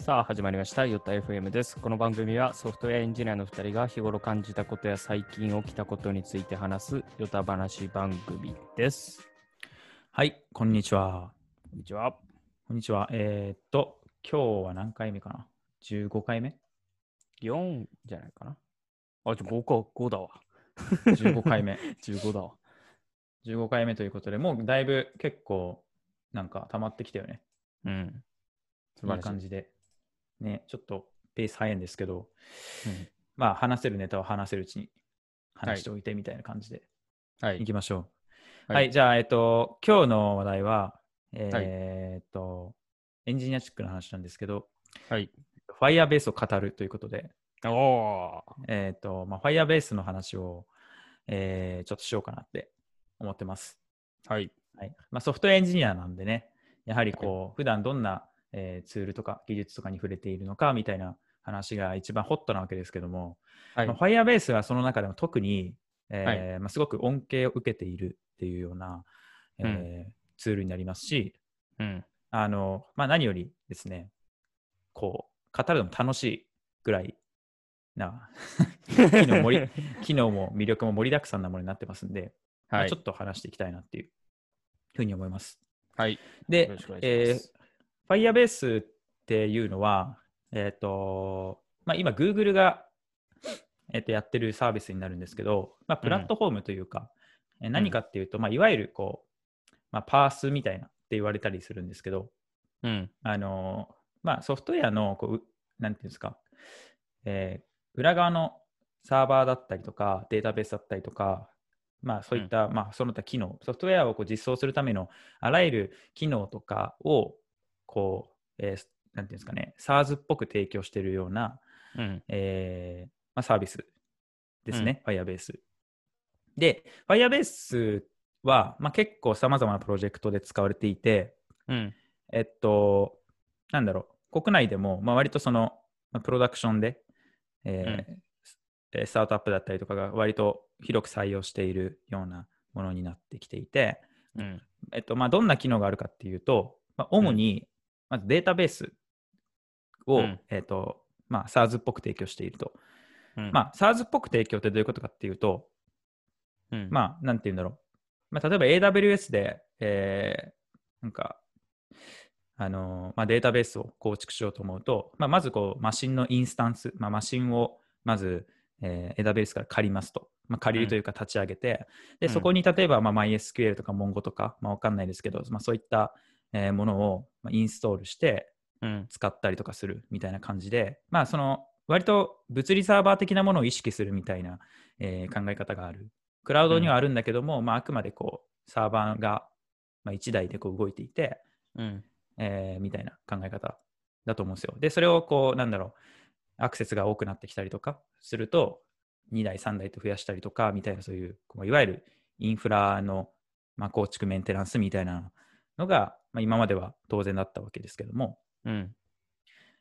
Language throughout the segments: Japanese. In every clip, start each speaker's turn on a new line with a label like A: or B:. A: さあ始まりましたヨタ FM ですこの番組はソフトウェアエンジニアの2人が日頃感じたことや最近起きたことについて話すヨタ話番組です
B: はい、こんにちは。
A: こんにちは
B: こんにちは。えー、っと、今日は何回目かな ?15 回目
A: 4じゃないかなあじゃ5か5だわ
B: ?15 回目。
A: 15だわ
B: 15回目ということで、もうだいぶ結構、なんか溜まってきたよね。
A: うん素晴らし
B: いい
A: い
B: 感じで。ね、ちょっとペース早いんですけど、
A: うん
B: まあ話せるネタを話せるうちに
A: はい
B: 話しておいてみたいな感じで
A: はいい
B: きましょう。
A: は
B: はいい、じゃあ、えっと、今日の話題は、えーっと、エンジニアチックの話なんですけど、
A: はい
B: ファイアベースを語るということで、
A: おー
B: えっ、と、まあ、Firebase の話を、えーちょっとしようかなって思ってます。
A: はい
B: はいまあ、ソフトウェアエンジニアなんでね、やはりこう、普段どんな、えーツールとか技術とかに触れているのかみたいな話が一番ホットなわけですけども、
A: はい
B: まあ、Firebase はその中でも特に、えー
A: は
B: まあ、すごく恩恵を受けているっていうような、えーツールになりますし、
A: うん
B: あのまあ、何よりですね、こう、語るのも楽しいぐらいな機能盛り機能も魅力も盛りだくさんなものになってますんで、まあ
A: はい
B: ちょっと話していきたいなっていうふうに思います。
A: はい
B: で
A: よろしくお願、いしま
B: え
A: す
B: ー、Firebase っていうのは、えっ、と、まあ、今 Google が、えー、とやってるサービスになるんですけど、まあ、プラットフォームというか、えー何かっていうと、まあ、いわゆるこう、まあ、パースみたいなって言われたりするんですけど、
A: うん
B: あのまあ、ソフトウェアのこううなんていうんですか、えー裏側のサーバーだったりとかデータベースだったりとか、まあ、そういった、まあ、その他機能ソフトウェアをこう実装するためのあらゆる機能とかをこう、えーなんていうんですかね SARS っぽく提供しているような、
A: うん
B: えーまあ、サービスですね、Firebase。で、Firebase は、まあ、結構さまざまなプロジェクトで使われていて、
A: うん
B: えっと、なんだろう、国内でも、まあ、割とその、まあプロダクションで、えーえースタートアップだったりとかが割と広く採用しているようなものになってきていて、
A: うん
B: えっとまあ、どんな機能があるかっていうと、まあ、主に、まずデータベースを、
A: うん
B: えっとまあ、SARS っぽく提供していると。
A: うん
B: まあ、SARS っぽく提供ってどういうことかっていうと、
A: うん
B: まあ、なんて言うんだろう。まあ、例えば AWS で、えーなんか、あのーまあ、データベースを構築しようと思うと、まあ、まずこう、マシンのインスタンス、まあ、マシンをまず、えー AWS から借りますと。まあ、借りるというか立ち上げて、
A: うん
B: で、そこに例えば、まあ、MySQL とか Mongo とか、まあ、わかんないですけど、まあ、そういった、えーものをまあインストールして、
A: うん
B: 使ったりとかするみたいな感じで、まあ、その割と物理サーバー的なものを意識するみたいな、えー考え方がある。クラウドにはあるんだけども、まあ、あくまでこうサーバーが、まあ、1台でこう動いていて、
A: うん
B: えーみたいな考え方だと思うんですよ。で、それをこう、なんだろう、アクセスが多くなってきたりとかすると、2台、3台と増やしたりとか、みたいな、そういう、こういわゆるインフラの、まあ、構築、メンテナンスみたいなのが、まあ、今までは当然だったわけですけども、
A: うん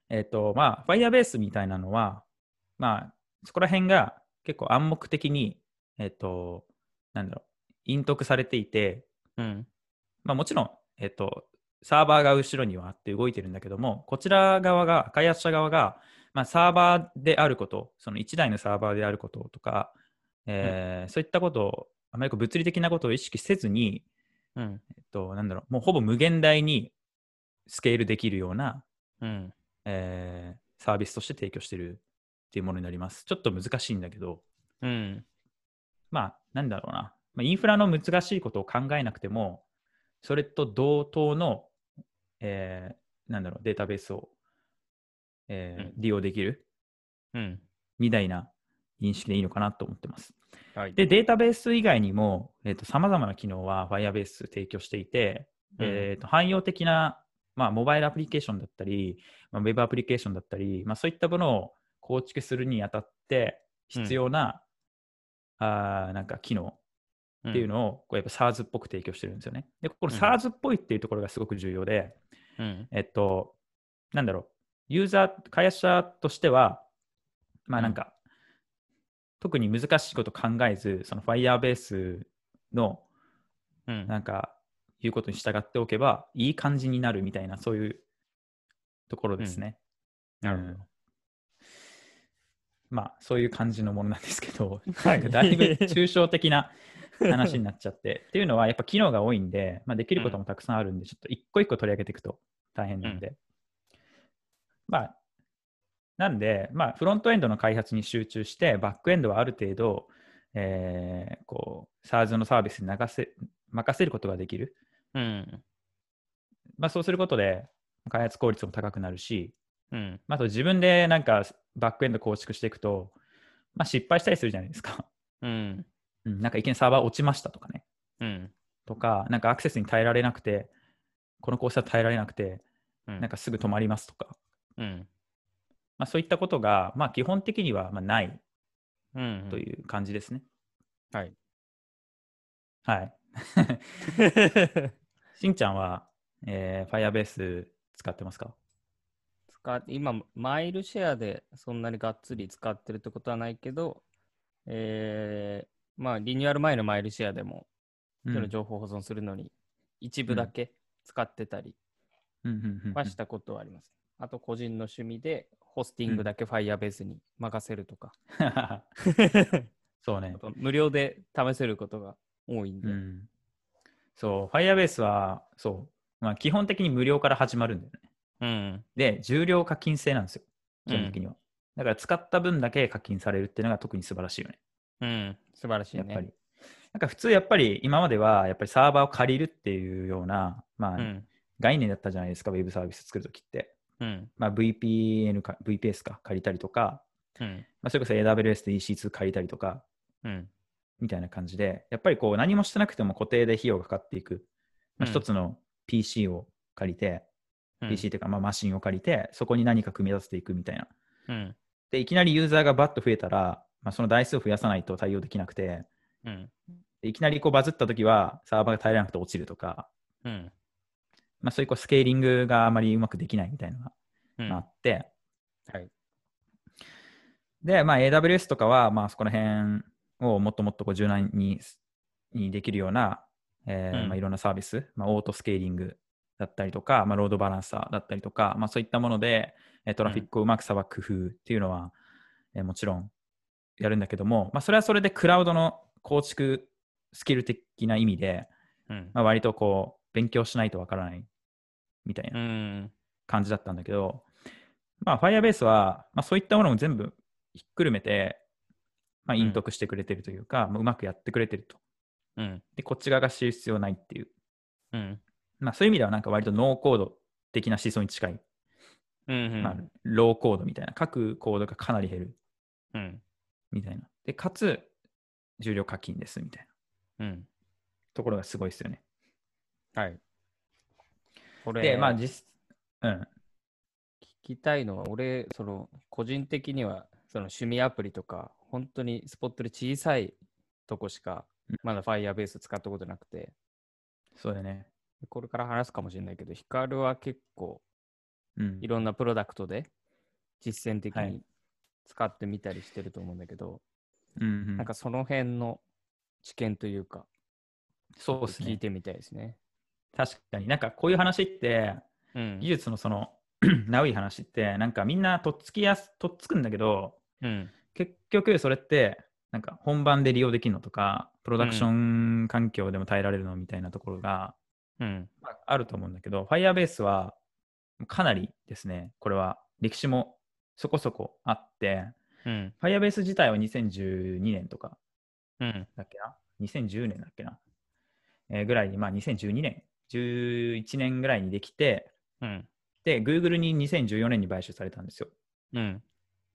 B: えっ、と、まあ、Firebase みたいなのは、まあ、そこら辺が結構暗黙的に、えっ、と、なんだろう、隠匿されていて、
A: うん
B: まあ、もちろん、えっ、と、サーバーが後ろにはあって動いてるんだけども、こちら側が、開発者側が、まあ、サーバーであること、その1台のサーバーであることとか、えーそういったことを、あまりこう物理的なことを意識せずに、
A: うん
B: えっ、と、なんだろう、もうほぼ無限大にスケールできるような
A: うん
B: えーサービスとして提供してるっていうものになります。ちょっと難しいんだけど、
A: うん
B: まあ、なんだろうな、まあ、インフラの難しいことを考えなくても、それと同等の、えーなんだろう、データベースを、えー
A: うん
B: 利用できる
A: うん
B: みたいな認識でいいのかなと思ってます。
A: はい
B: で、データベース以外にも、えっ、と、様々な機能は Firebase 提供していて、
A: うん
B: えーと、汎用的な、まあ、モバイルアプリケーションだったり、まあ、ウェブアプリケーションだったり、まあ、そういったものを構築するにあたって必要な、あーなんか機能
A: っ
B: っていうのを、こうやっぱ SARS っぽく提供してるんですよね。で、この
A: うん
B: SARS っぽいっていうところがすごく重要で、
A: うん
B: えっと、なんだろう、ユーザー、開発者としては、まあなんか、特に難しいこと考えず、その Firebase の
A: うん
B: なんか、言うことに従っておけば、いい感じになるみたいな、そういうところですね。
A: なるほど。
B: まあ、そういう感じのものなんですけど、
A: は
B: なんかだいぶ抽象的な話になっちゃって。っていうのは、やっぱ機能が多いんで、まあ、できることもたくさんあるんで、ちょっと一個一個取り上げていくと大変なんで。まあ、なんで、まあ、フロントエンドの開発に集中して、バックエンドはある程度、えーこう、SARS のサービスに流せ任せることができる。
A: うん。
B: まあ、そうすることで、開発効率も高くなるし、
A: うん。
B: まああと自分でなんかバックエンド構築していくと、まあ、失敗したりするじゃないですか。
A: うん。
B: うんなんか一見サーバー落ちましたとかね。
A: うん。
B: とか、なんかアクセスに耐えられなくて、このコースは耐えられなくて、
A: うん。
B: なんかすぐ止まりますとか、
A: うん。
B: まあ、そういったことが、まあ、基本的にはまあない
A: うん。
B: という感じですね。
A: はい。
B: はい。しんちゃんは、えー、Firebase 使ってますか
A: 使っ今、マイルシェアでそんなにがっつり使ってるってことはないけど、えー、まあ、リニューアル前のマイルシェアでも、
B: うん
A: その情報保存するのに、一部だけ使ってたり
B: うんうんうんうん
A: はしたことはあります。あと、個人の趣味で、ホスティングだけ Firebase に任せると か、
B: そうね
A: やっ。ぱ無料で試せることが多いんで。
B: うん、そう、Firebase は、そう、まあ、基本的に無料から始まるんだよね。
A: うん。
B: で、重量課金制なんですよ、基本的には。だから使った分だけ課金されるっていうのが特に素晴らしいよね、
A: うん。素晴らしい
B: やっ
A: ね。
B: ぱり。なんか普通、やっぱり今までは、やっぱりサーバーを借りるっていうような、まあ、
A: うん。
B: 概念だったじゃないですか、ウェブサービス作るときって。
A: うん。
B: まあ、VPN か、VPS か借りたりとか、
A: うん。
B: まあ、それこそ AWS で EC2 借りたりとか、
A: うん。
B: みたいな感じで、やっぱりこう何もしてなくても固定で費用がかかっていく。まあ、
A: うん
B: 一つの PC を借りて、
A: うん。
B: PC というかまあマシンを借りて、そこに何か組み立てていくみたいな。
A: うん。
B: で、いきなりユーザーがバッと増えたら、まあ、その台数を増やさないと対応できなくて、
A: うん。
B: でいきなりこうバズった時はサーバーが耐えられなくて落ちるとか、
A: うん。
B: まあ、そういうこうスケーリングがあまりうまくできないみたいなのが
A: うん
B: まああって、
A: はい。
B: で、まあ、AWS とかは、まあ、そこら辺をもっともっとこう柔軟ににできるような、えー
A: うん
B: まあ、いろんなサービス、まあ、オートスケーリングだったりとか、まあ、ロードバランサーだったりとか、まあ、そういったもので、えートラフィックをうまくさばく工夫っていうのは、えーもちろんやるんだけども、まあ、それはそれでクラウドの構築スキル的な意味で、
A: うん。
B: まあ、割とこう勉強しないとわからないみたいな
A: うん。
B: 感じだったんだけど、まあ、Firebase は、まあ、そういったものも全部ひっくるめて、まあ、
A: うん
B: 陰徳してくれてるというか、うまあうまくやってくれてると。
A: うん。
B: で、こっち側が知る必要ないっていう。
A: うん。
B: まあ、そういう意味では、なんか割とノーコード的な思想に近い、
A: うん。
B: まあ、ローコードみたいな、各コードがかなり減る
A: うん。
B: みたいな。で、かつ、重量課金ですみたいな
A: うん。
B: ところがすごいですよね。
A: はい。これ、
B: で、まあ、
A: 聞
B: 実、うん、
A: きたいのは、俺、その、個人的には、その趣味アプリとか、本当にスポットで小さいとこしか
B: うん、
A: まだ Firebase 使ったことなくて、
B: そうだよね。
A: これから話すかもしれないけど、ヒカルは結構、
B: うん
A: い。ろんなプロダクトで実践的
B: は
A: に
B: い
A: 使ってみたりしてると思うんだけど、
B: うんうん
A: なんかその辺の知見というか、
B: そうです
A: 聞い
B: ね。
A: てみたいですね。
B: 確かになんかこういう話って、
A: うん
B: 技。術のその ナウい話ってなんかみんなとっつきやすとっつくんだけど
A: うん。
B: 結局それってなんか本番で利用できるのとかプロダクション環境でも耐えられるのみたいなところが、
A: うん。
B: まああると思うんだけど Firebase はかなりですねこれは歴史もそこそこあって
A: うん。
B: Firebase 自体は2012年とか
A: うん。
B: だっけな2010年だっけな、えーぐらいにまあ2012年11年ぐらいにできて
A: うん。
B: で Google に2014年に買収されたんですよ
A: うん。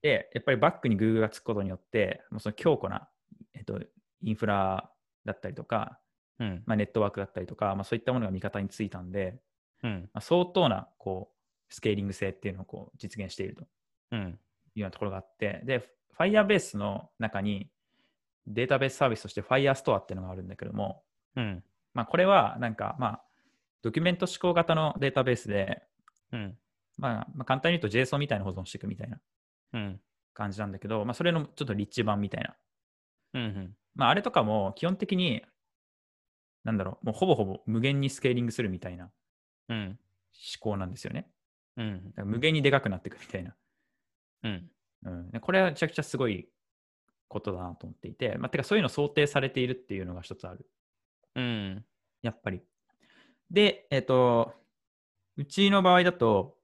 B: で、やっぱりバックに Google がつくことによって、もうその強固な、えっと、インフラだったりとか、
A: うん。
B: まあ、ネットワークだったりとか、まあ、そういったものが味方についたんで、
A: うん。
B: まあ、相当なこうスケーリング性っていうのをこう実現していると
A: うん。
B: いうようなところがあって、で、Firebase の中にデータベースサービスとして Firestore っていうのがあるんだけども、
A: うん。
B: まあ、これはなんか、まあ、ドキュメント指向型のデータベースで、
A: うん。
B: まあ、まあ簡単に言うと JSON みたいな保存していくみたいな
A: うん。
B: 感じなんだけど、まあ、それのちょっとリッチ版みたいな
A: うん。
B: まあ、あれとかも基本的に、なんだろう、もうほぼほぼ無限にスケーリングするみたいな思
A: うん。
B: 考なんですよね。
A: うん。
B: だから無限にでかくなっていくみたいな
A: うん。
B: うん、でこれはめちゃくちゃすごいことだなと思っていて、まあ、てかそういうの想定されているっていうのが一つある。
A: うん。
B: やっぱり。で、えっ、と、うちの場合だと、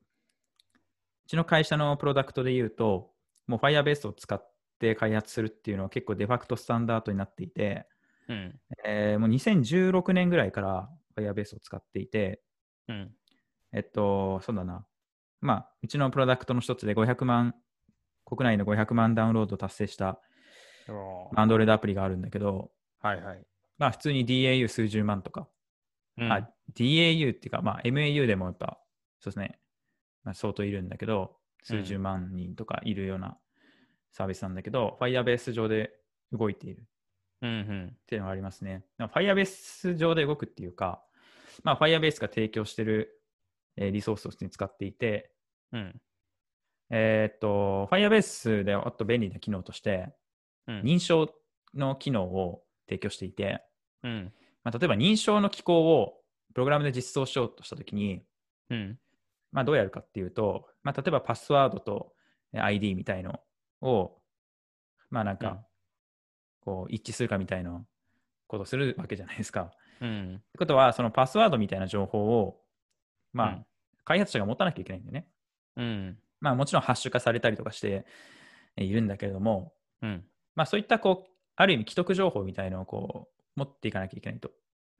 B: うちの会社のプロダクトで言うと、もう Firebase を使って開発するっていうのは結構デファクトスタンダードになっていて、
A: うん。
B: えーもう2016年ぐらいから Firebase を使っていて、
A: うん。
B: えっと、そうだな。まあ、うちのプロダクトの一つで500万、国内の500万ダウンロードを達成した
A: は
B: Android アプリがあるんだけど、
A: いはい。
B: まあ普通に DAU 数十万とか、
A: うん
B: あ DAU っていうか、まあ、MAU でもやっぱ、そうですね、まあ、相当いるんだけど、数十万人とかいるようなサービスなんだけど、Firebase 上で動いているっ
A: うん
B: ていうのがありますね。でも Firebase 上で動くっていうか、まあ、Firebase が提供してる、えーリソースを普通に使っていて、
A: うん。うん。
B: えーっと、Firebase であと便利な機能として、
A: うん。
B: 認証の機能を提供していて、
A: うん。
B: まあ、例えば認証の機構をプログラムで実装しようとしたときに、
A: うん。
B: まあ、どうやるかっていうと、まあ、例えばパスワードとえ ID みたいのを、まあなん
A: うん
B: か、こう一致するかみたいなことをするわけじゃないですか。って
A: うん。
B: ことは、そのパスワードみたいな情報を、ま
A: う
B: あ
A: ん、
B: 開発者が持たなきゃいけないんだよね。
A: うん。
B: まあ、もちろんハッシュ化されたりとかしてえいるんだけれども、
A: うん。
B: まあ、そういった、こう、ある意味既得情報みたいのをこう持っていかなきゃいけないと。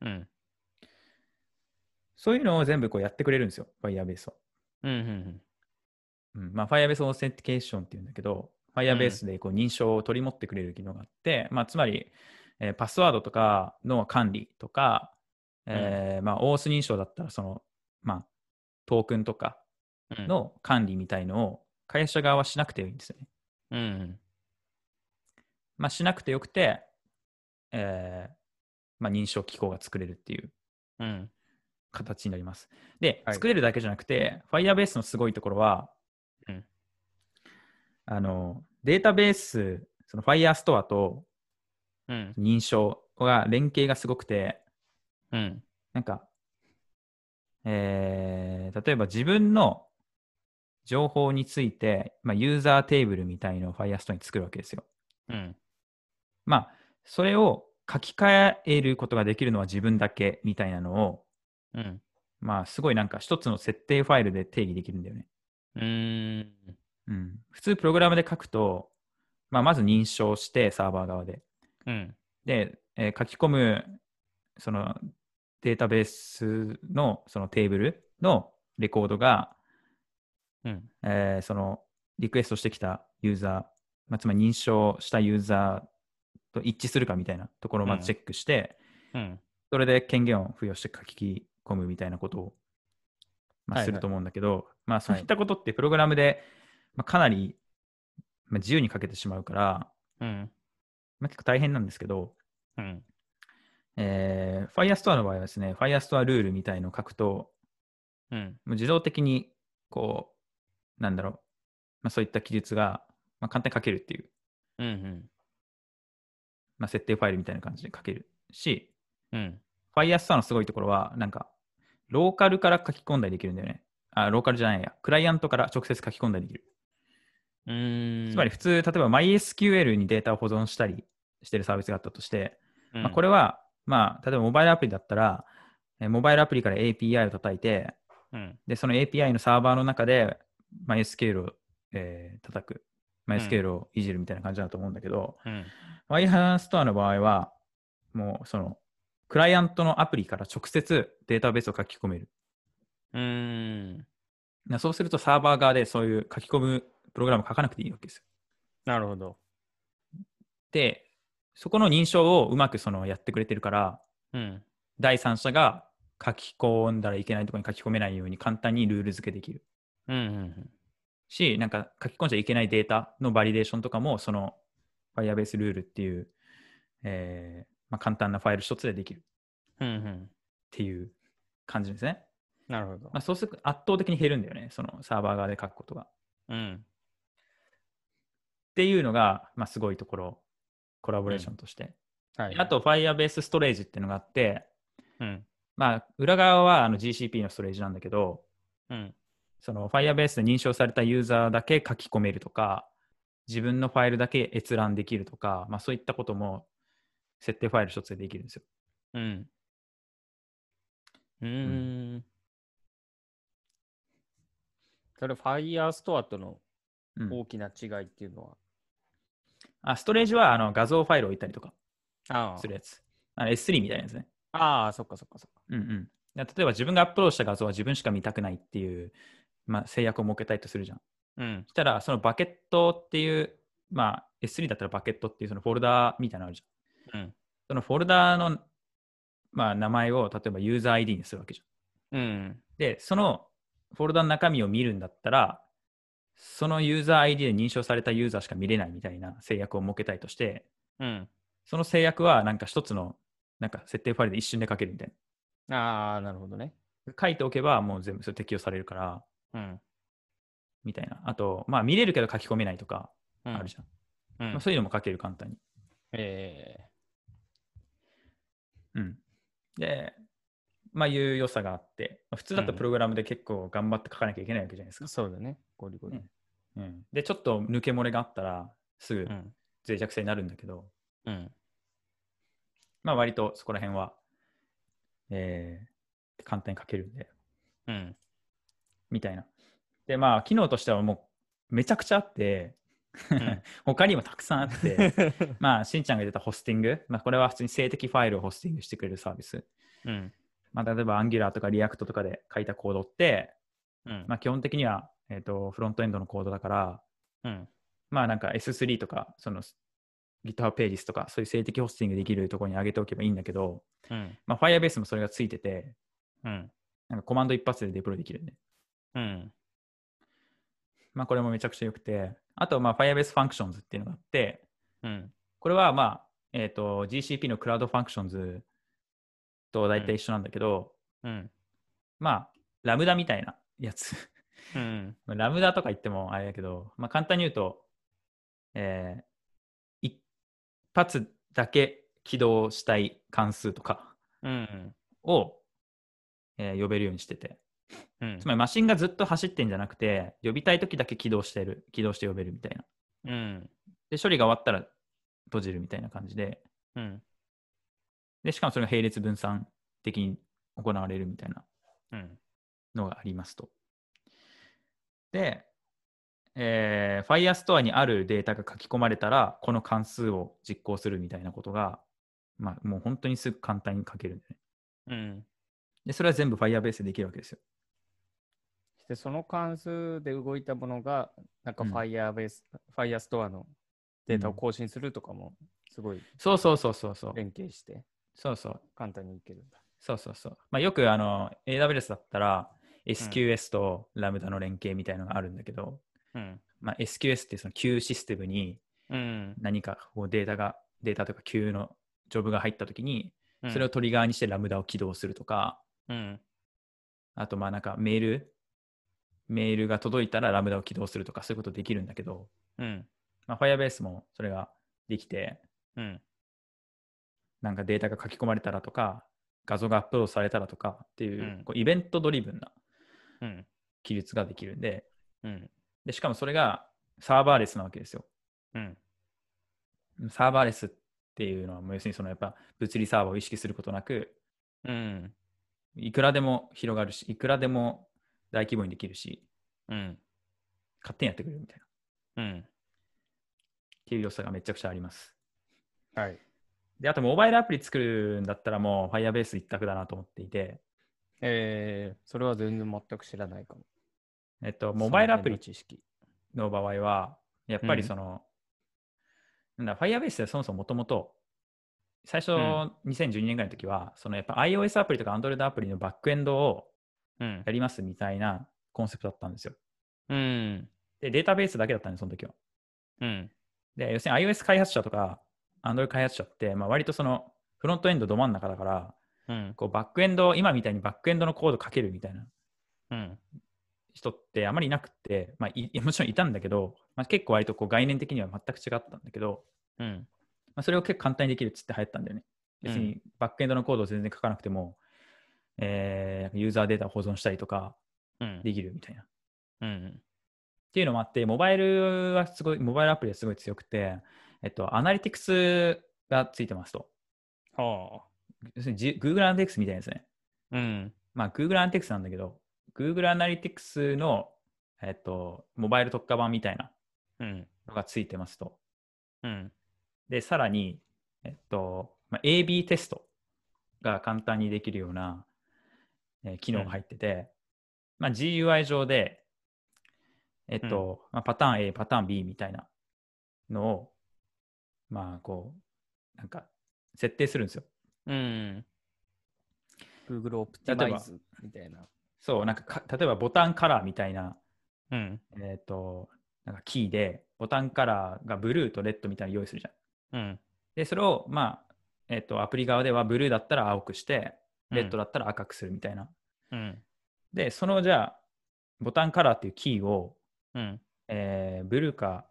A: うん。
B: そういうのを全部こうやってくれるんですよ、Firebase は。
A: うん。
B: うんまあ、Firebase オーセンティケーションっていうんだけど、Firebase でこう認証を取り持ってくれる機能があって、まあ、つまり、えーパスワードとかの管理とか、えーまあ、オース認証だったらその、まあ、トークンとか
A: うん。
B: の管理みたいのを会社側はしなくていいんですよね。
A: うん。
B: まあ、しなくてよくて、えーまあ、認証機構が作れるっていう
A: うん。
B: 形になります。で、
A: はい
B: 作れるだけじゃなくて、Firebase のすごいところは、
A: うん
B: あのデータベース、その Firestore と
A: うん。
B: 認証が連携がすごくて、
A: うん。
B: なんか、えー例えば自分の情報について、まあ、ユーザーテーブルみたいのを Firestore に作るわけですよ。
A: うん。
B: まあ、それを書き換えることができるのは自分だけみたいなのを、
A: うん。
B: まあ、すごいなんか一つの設定ファイルで定義できるんだよね。
A: うん。
B: うん、普通プログラムで書くと、まあ、まず認証してサーバー側で。
A: うん。
B: で、えー書き込むそのデータベースのそのテーブルのレコードが、
A: うん。
B: えーそのリクエストしてきたユーザー、まあ、つまり認証したユーザーと一致するかみたいなところをまずチェックして、
A: うん。
B: それで権限を付与して書き込むみたいなことを、ま
A: はいは
B: あ、
A: い
B: すると思うんだけど、まあ、そういったことってプログラムで、まあ、かなり、まあ、自由に書けてしまうから、
A: うん。
B: まあ、結構大変なんですけど、
A: うん。
B: えー、Firestore の場合はですね、Firestore ルールみたいのを書くと、
A: うん。
B: もう自動的に、こう、なんだろう、まあ、そういった記述が、まあ、簡単に書けるっていう、
A: うん。
B: まあ、設定ファイルみたいな感じで書けるし、
A: うん。
B: Firestore のすごいところは、なんか、ローカルから書き込んだりできるんだよね。あ、ローカルじゃないや。クライアントから直接書き込んだりできる。
A: うん。
B: つまり、普通、例えば MySQL にデータを保存したりしてるサービスがあったとして、まあ、こ
A: れ、
B: れは、まあ、例えばモバイルアプリだったら、えーモバイルアプリから API を叩いて、
A: うん。
B: で、その API のサーバーの中で、まあ、SQL を、えー叩く、まあ、
A: うん
B: SQL をいじるみたいな感じだと思うんだけど、
A: うん。
B: ワイハーストアの場合は、もうその、クライアントのアプリから直接データベースを書き込める。
A: うん。
B: なそうするとサーバー側でそういう書き込むプログラムを書かなくていいわけですよ。
A: なるほど。
B: で、そこの認証をうまくそのやってくれてるから、
A: うん。
B: 第三者が書き込んだらいけないところに書き込めないように簡単にルール付けできる
A: うん。うん。
B: し、なんか書き込んじゃいけないデータのバリデーションとかも、その Firebase ルールっていう、えーまあ、簡単なファイル一つでできるっ
A: うん。うん。
B: ていう感じですね。
A: なるほど
B: まあ、。そうすると圧倒的に減るんだよね、そのサーバー側で書くことが。っ
A: うん。
B: ていうのが、まあ、すごいところ、コラボレーションとして。
A: はい。
B: あ、と Firebase ストレージっていうのがあって、
A: うん。
B: まあ、裏側はあの GCP のストレージなんだけど、
A: うん。
B: その Firebase で認証されたユーザーだけ書き込めるとか、自分のファイルだけ閲覧できるとか、まあ、そういったことも設定ファイル一つでできるんですよ。
A: うん。うーん。それ、Firestore との
B: うん
A: 大きな違いっていうのは。
B: あストレージはあの画像ファイルを置いたりとか
A: あ
B: するやつ。あの S3 みたいなやつね。
A: あ、ああそっかそっかそっか。
B: うんうん、例えば自分がアップロードした画像は自分しか見たくないっていう、まあ、制約を設けたいとするじゃん。
A: うん。
B: したら、そのバケットっていう、まあ、S3 だったらバケットっていうそのフォルダーみたいなのあるじゃん。
A: うん
B: そのフォルダーの、まあ、名前を例えばユーザー ID にするわけじゃん。
A: うん。
B: で、そのフォルダーの中身を見るんだったら、そのユーザー ID で認証されたユーザーしか見れないみたいな制約を設けたいとして、
A: うん。
B: その制約はなんか一つのなんか設定ファイルで一瞬で書けるみたいな。
A: ああ、なるほどね。
B: 書いておけばもう全部それ適用されるから、
A: うん。
B: みたいな。あと、まあ見れるけど書き込めないとか
A: うん、
B: あるじゃん。
A: ゃん
B: まあ、そういうのも書ける簡単に。
A: ええ
B: うん。で、まあいう良さがあって、まあ普通だと
A: うん
B: プログラムで結構頑張って書かなきゃいけないわけじゃないですか。
A: そうだね。ゴリゴリ。
B: うん、で、ちょっと抜け漏れがあったらすぐ
A: うん。
B: 脆弱性になるんだけど、
A: うん。
B: まあ割とそこら辺は、えー簡単に書けるんで、
A: うん。
B: みたいな。で、まあ機能としてはもうめちゃくちゃあって、
A: ん
B: 他にもたくさんあって、 まあ、しんちゃんが出たホスティング、まあ、これは普通に静的ファイルをホスティングしてくれるサービス。
A: うん。
B: まあ、例えば Angular とか React とかで書いたコードって、
A: うん。
B: まあ、基本的には、えー、とフロントエンドのコードだから、
A: うん。
B: まあ、なんか S3 とかその GitHub ページスとかそういう静的ホスティングできるところに上げておけばいいんだけど、
A: うん。
B: まあ、Firebase もそれがついてて、
A: うん。
B: なんかコマンド一発でデプロイできるね。
A: うん。
B: まあ、これもめちゃくちゃ良くて、あと、まあ、Firebase Functions っていうのがあって、
A: うん。
B: これは、まあえー、と GCP のクラウドファンクションズと大体一緒なんだけど、
A: うん。
B: まあ、ラムダみたいなやつ。
A: うん。
B: まあラムダとか言ってもあれだけど、まあ、簡単に言うと、えー一発だけ起動したい関数とか
A: うん。
B: を、えー呼べるようにしてて、
A: うん
B: つまりマシンがずっと走ってんじゃなくて、呼びたい時だけ起動してる、起動して呼べるみたいな。
A: うん。
B: で、処理が終わったら閉じるみたいな感じで、
A: うん。
B: で、しかもそれが並列分散的に行われるみたいな
A: うん。
B: のがありますと。で、えー、Firestore にあるデータが書き込まれたら、この関数を実行するみたいなことが、まあ、もう本当にすぐ簡単に書けるんでね。
A: うん。
B: で、それは全部 Firebase でできるわけですよ。
A: で、その関数で動いたものが、なんか
B: うん
A: Firebase、Firestore のデータを更新するとかも、すごい
B: そうそうそうそうそう。
A: 連携して、
B: そうそう。
A: 簡単にいけるんだ。
B: そうそうそう。まあ、よくあの AWS だったら、SQS と Lambda の連携みたいなのがあるんだけど、
A: うん。
B: まあ、SQS ってその Q システムに
A: うん。
B: 何かこうデータが、データとか Q のジョブが入ったときに、
A: うん
B: それを、トリガーにしてラムダを起動するとか、
A: うん。
B: あとまあなんかメール、メールが届いたらラムダを起動するとかそういうことできるんだけど、
A: うん。
B: まあ、Firebase もそれができて、
A: うん。
B: なんかデータが書き込まれたらとか、画像がアップロードされたらとかっていう、
A: うん
B: こうイベントドリブンな
A: うん。
B: 記述ができるんで
A: うん。
B: で、しかもそれがサーバーレスなわけですよ。
A: うん。
B: サーバーレスっていうのは、もう要するにそのやっぱ物理サーバーを意識することなく、
A: うん。
B: いくらでも広がるし、いくらでも大規模にできるし、
A: うん。
B: 勝手にやってくれるみたいな、っ
A: うん。
B: ていう良さがめちゃくちゃあります。
A: はい。
B: で、あとモバイルアプリ作るんだったらもう Firebase 一択だなと思っていて、
A: えー、それは全然全く知らないかも。
B: えっと、モバイルアプリ
A: その辺の知識。
B: の場合は、やっぱりその、なんだ、Firebase はそもそももともと、最初
A: うん
B: 2012年ぐらいの時は、そのやっぱ iOS アプリとか Android アプリのバックエンドを
A: うん。
B: やりますみたいなコンセプトだったんですよ。
A: うん。
B: で、データベースだけだったんです、その時は。
A: うん。
B: で、要するに iOS 開発者とか、Android 開発者って、まあ、割とその、フロントエンドど真ん中だから、
A: うん。
B: こうバックエンド、今みたいにバックエンドのコードかけるみたいな
A: うん。
B: 人ってあまりいなくて、まあ、いいやもちろんいたんだけど、まあ、結構割とこう概念的には全く違ったんだけど、
A: うん。
B: まあ、それを結構簡単にできるっつって流行ったんだよね。別
A: う
B: にバックエンドのコードを全然書かなくても、えーユーザーデータを保存したりとか
A: うん。
B: できるみたいな。
A: うん。
B: っていうのもあって、モバイルはすごい、モバイルアプリはすごい強くて、えっと、アナリティクスがついてますと。
A: は
B: 要するにじ Google アナリティクスみたいですね。
A: あ。うん。
B: まあ、Google アナリティクスなんだけど、Google アナリティクスの、えっと、モバイル特化版みたいな
A: うん。
B: のがついてますと。
A: うん。
B: で、さらに、えっと、まあ、AB テストが簡単にできるような、えー機能が入ってて、まあ、GUI 上で、えっと、まあ、パターン A、パターン B みたいなのを、まあ、こう、なんか、設定するんですよ。
A: うん。Google オプティ
B: 例えば
A: マイズみたいな。
B: そう、なんかか、例えばボタンカラーみたいな、
A: うん。
B: えっと、なんかキーで、ボタンカラーがブルーとレッドみたいなの用意するじゃ
A: う
B: ん。
A: ん。
B: で、それを、まあ、えっと、アプリ側ではブルーだったら青くして、レッド
A: だ。
B: だったら赤くするみたいな。
A: うん。
B: で、そのじゃあ、ボタンカラーっていうキーを、
A: うん。
B: えーブルーか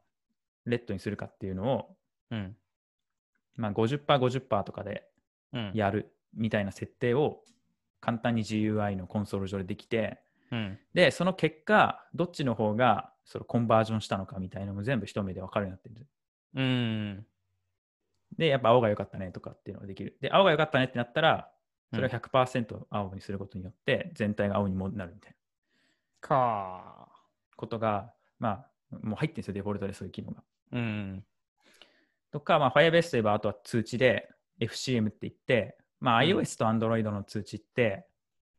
B: レッドにするかっていうのを、
A: うん。
B: まあ、50%、50%とかで
A: うん。。
B: やるみたいな設定を簡単に GUI のコンソール上でできて、
A: うん。
B: で、その結果、どっちの方がそのコンバージョンしたのかみたいなのも全部一目で分かるようになってる。
A: うん。
B: で、やっぱ青が良かったねとかっていうのができる。で、青が良かったねってなったら、それを100%青にすることによって、全体が青にもなるみたいな。
A: か
B: ことが、まあ、もう入ってるんですよ、デフォルトでそういう機能が。
A: うん。
B: とか、まあ、Firebase といえば、あとは通知で FCM って言って、まあ、
A: うん
B: iOS と Android の通知って、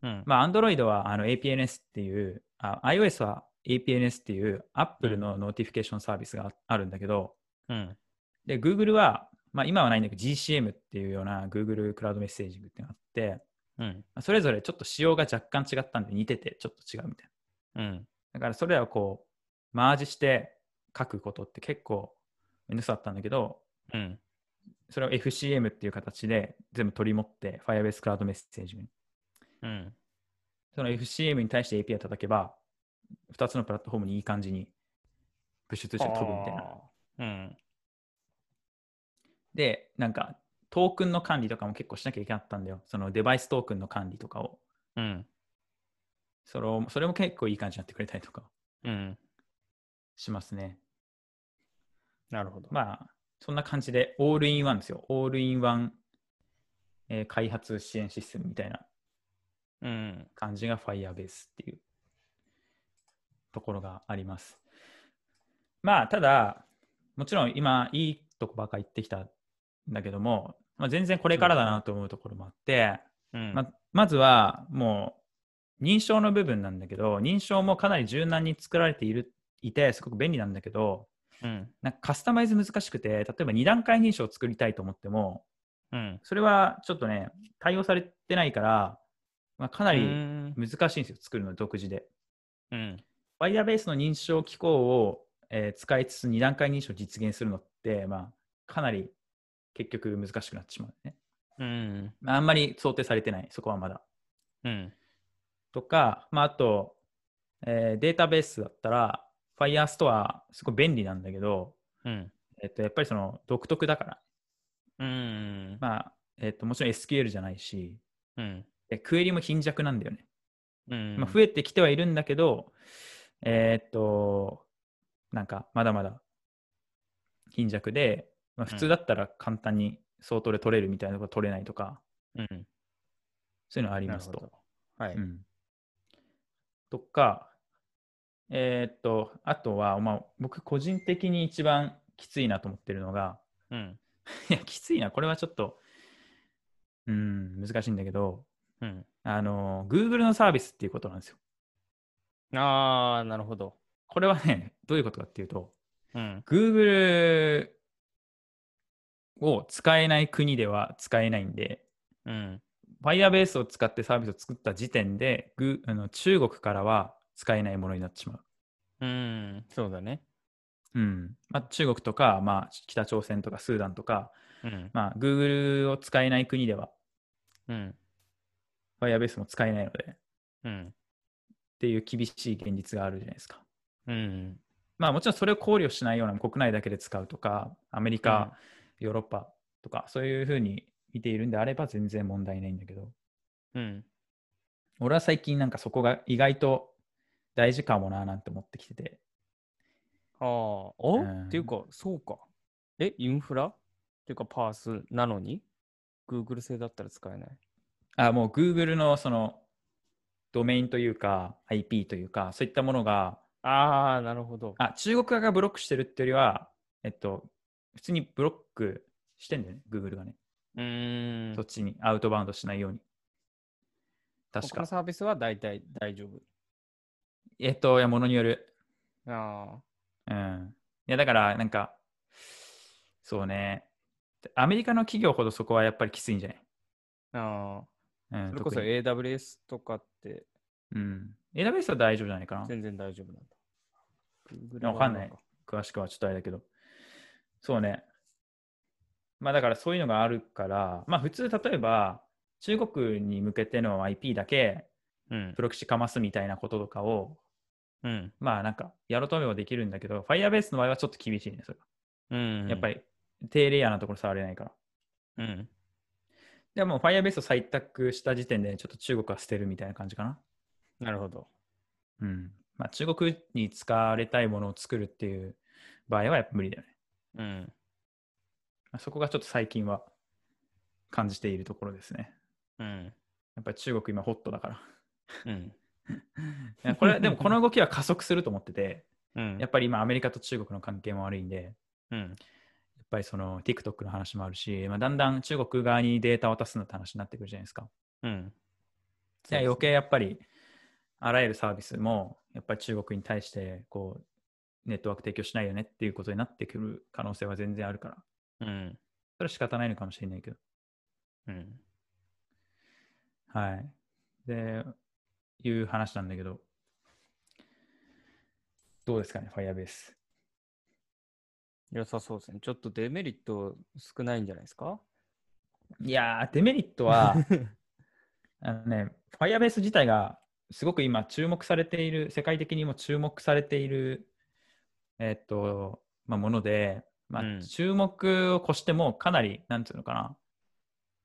A: うん。
B: まあ、Android はあの APNS っていうあ、iOS は APNS っていう Apple のノーティフィケーションサービスがああるんだけど、
A: うん。
B: で、Google は、まあ、今はないんだけど、GCM っていうような Google クラウドメッセージングっていうのがあって、
A: うん。
B: まあそれぞれちょっと仕様が若干違ったんで、似ててちょっと違うみたいな。
A: うん。
B: だからそれらをこう、マージして書くことって結構めんどくさかったんだけど、
A: うん。
B: それを FCM っていう形で全部取り持って、Firebase クラウドメッセージに。
A: うん。
B: その FCM に対して API 叩けば、2つのプラットフォームにいい感じにプッシュ通知が飛ぶみたいな。
A: うん。
B: で、なんか、トークンの管理とかも結構しなきゃいけなかったんだよ。そのデバイストークンの管理とかを。
A: うん。
B: それをそれも結構いい感じになってくれたりとか
A: うん。
B: しますね。
A: なるほど。
B: まあ、そんな感じで、オールインワンですよ。オールインワン、えー開発支援システムみたいな
A: うん。
B: 感じが Firebase っていうところがあります。まあ、ただ、もちろん今、いいとこばっか言ってきたんだけども、まあ、全然これからだなと思うところもあって、
A: うん。
B: まあまずはもう認証の部分なんだけど、認証もかなり柔軟に作られているいて、すごく便利なんだけど、
A: うん。
B: なんかカスタマイズ難しくて、例えば2段階認証を作りたいと思っても、
A: うん。
B: それはちょっとね、対応されてないから、まあ、かな
A: う
B: り
A: ん。
B: 難しいんですよ、作るの独自で。
A: うん。
B: Firebase の認証機構を、えー使いつつ2段階認証を実現するのって、まあ、かなり結局難しくなってしまうね。
A: うん。
B: まあ、あんまり想定されてない、そこはまだ。
A: うん。
B: とか、まあ、あと、えーデータベースだったら、Firestore、すごい便利なんだけど、
A: うん。
B: えっと、やっぱりその独特だから、
A: うん。
B: まあ、えっと、もちろん SQL じゃないし、
A: うん。
B: えクエリも貧弱なんだよね。
A: うん。
B: まあ、増えてきてはいるんだけど、えーっと、なんかまだまだ貧弱で、まあ、普通だったら簡単に相当で取れるみたいなところ取れないとか、
A: うん。
B: そういうのあり
A: な
B: ま
A: る
B: す
A: ほ
B: と。
A: ど。はい。
B: うんとか、えーっと、あとは、まあ、僕個人的に一番きついなと思ってるのが、
A: うん。
B: いや、きついな、これはちょっと、うん、難しいんだけど、
A: うん。
B: あの、Google のサービスっていうことなんですよ。
A: ああ、なるほど。
B: これはね、 どういうことかっていうと、
A: うん。
B: Google を使えない国では使えないんで、
A: うん。
B: Firebase を使ってサービスを作った時点で、グあの中国からは使えないものになってしまう。
A: うん。そうだね。
B: うんまあ、中国とか、まあ、北朝鮮とかスーダンとか、
A: うん。
B: まあ、Google を使えない国では
A: うん。
B: Firebase も使えないのでっ
A: うん。
B: ていう厳しい現実があるじゃないですか。
A: うん。
B: まあ、もちろんそれを考慮しないような国内だけで使うとか、アメリカ、ヨーロッパとか、そういうふうに見ているんであれば全然問題ないんだけど、
A: うん。
B: 俺は最近なんかそこが意外と大事かもななんて思ってきてて。
A: ああ、お、
B: うん
A: っていうか、そうか。え、インフラっていうか、パースなのに ?Google 製だったら使えない。
B: あもう Google のそのドメインというか IP というかそういったものが
A: ああ、なるほど。
B: あ中国側がブロックしてるっていうよりは、えっと、普通にブロックしてんだよね、Google がね。
A: うーん。
B: そっちにアウトバウンドしないように。確
A: 他の
B: か。
A: サービスは大体大丈夫。
B: えっと、いや、ものによる。
A: あ
B: うん。いや、だから、なんか、そうね。アメリカの企業ほどそこはやっぱりきついんじゃない
A: あ、ああ。
B: うん、
A: それこそ
B: 特に
A: AWS とかって
B: うん。AWS は大丈夫じゃないかな。
A: 全然大丈夫なんだ。Google
B: やわかんない
A: は
B: 詳しくはちょっとあれだけど。そうね。まあだからそういうのがあるから、まあ普通例えば中国に向けての IP だけ
A: うん
B: プ。ロキシかますみたいなこととかを、
A: うん。
B: まあなんかやろうと思えばできるんだけど、Firebase の場合はちょっと厳しいね、それは
A: うん。
B: やっぱ。り低レイヤーなところ触れないか
A: う
B: ら。
A: ん。
B: でもう Firebase を採択した時点でちょっと中国は捨てるみたいな感じかな。
A: なるほど。
B: うん。まあ中国に使われたいものを作るっていう場合はやっぱ無理だよね。
A: うん。
B: まあそこがちょっと最近は感じているところですね。
A: うん。
B: やっぱり中国今ホットだから。
A: うん。
B: いやこれでもこの動きは加速すると思ってて、
A: うん。
B: やっぱり今アメリカと中国の関係も悪いんで、やっ
A: うん。
B: ぱりその TikTok の話もあるし、まあ、だんだん中国側にデータを渡すのって話になってくるじゃないですか。
A: うん。
B: い
A: そ
B: や
A: う
B: 余
A: で
B: 計やっぱりあらゆるサービスもやっぱり中国に対してこうネットワーク提供しないよねっていうことになってくる可能性は全然あるから、
A: すね。
B: それは仕方ないのかもしれないけど。
A: うん。うん。
B: はい。で、いう話なんだけど、どうですかね、Firebase。
A: 良さそうですね。ちょっとデメリット少ないんじゃないですか
B: いやー、デメリット は、あのね、Firebase 自体がすごく今注目されている、世界的にも注目されている、えっと、まあ、もので、ま
A: うん
B: あ、注目を越してもかなり、なんていうのかな、